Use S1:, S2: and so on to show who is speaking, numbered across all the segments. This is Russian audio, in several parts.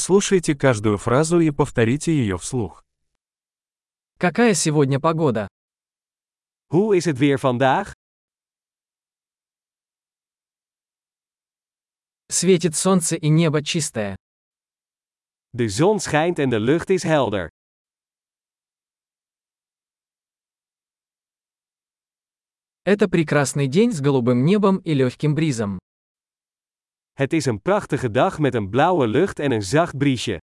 S1: Прослушайте каждую фразу и повторите ее вслух.
S2: Какая сегодня погода?
S3: Hoe is het weer vandaag?
S2: Светит солнце и небо чистое.
S3: De zon schijnt en de lucht is helder.
S2: Это прекрасный день с голубым небом и легким бризом.
S3: Het is een prachtige dag met een blauwe lucht en een zacht briesje.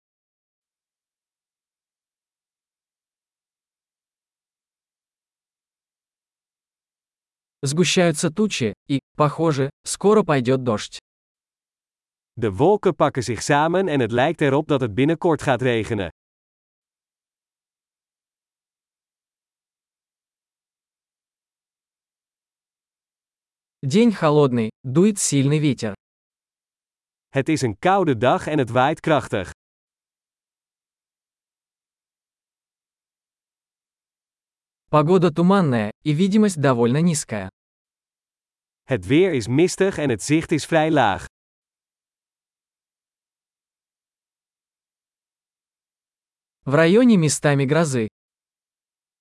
S2: Сгущаются тучи, и, похоже, скоро пойдет дождь.
S3: De wolken pakken zich samen en het lijkt erop dat het binnenkort gaat regenen.
S2: День холодный, дует сильный ветер.
S3: Het is een koude dag en het waait krachtig.
S2: Погода туманная, и видимость довольно низкая.
S3: Het weer is mistig en het zicht is vrij laag.
S2: В районе местами грозы.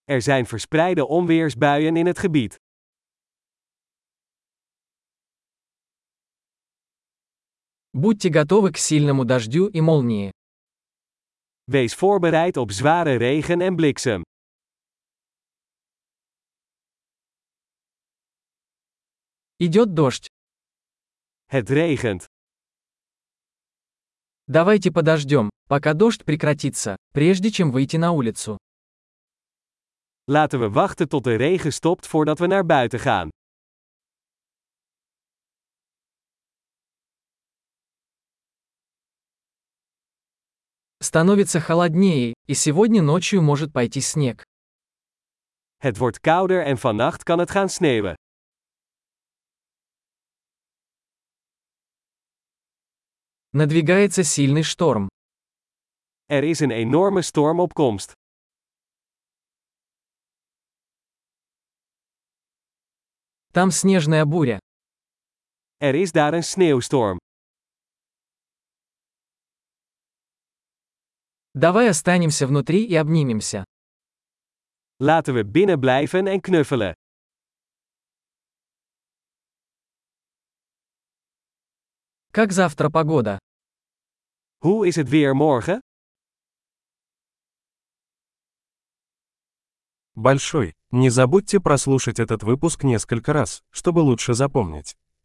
S3: Er zijn verspreide onweersbuien in het gebied.
S2: Будьте готовы к сильному дождю и молнии.
S3: Wees voorbereid op zware regen en bliksem.
S2: Идет дождь.
S3: Het regent.
S2: Давайте подождем, пока дождь прекратится, прежде чем выйти на улицу.
S3: Laten we wachten tot de regen stopt voordat we naar buiten gaan.
S2: Становится холоднее, и сегодня ночью может пойти снег.
S3: Het wordt kouder en vannacht kan het gaan sneeuwen.
S2: Надвигается сильный шторм.
S3: Er is een enorme storm op komst.
S2: Там снежная буря.
S3: Er is daar een sneeuwstorm.
S2: Давай останемся внутри и обнимемся.
S3: Laten we binnen blijven en knuffelen.
S2: Как завтра погода?
S3: Hoe is het weer morgen?
S1: Большой. Не забудьте прослушать этот выпуск несколько раз, чтобы лучше запомнить.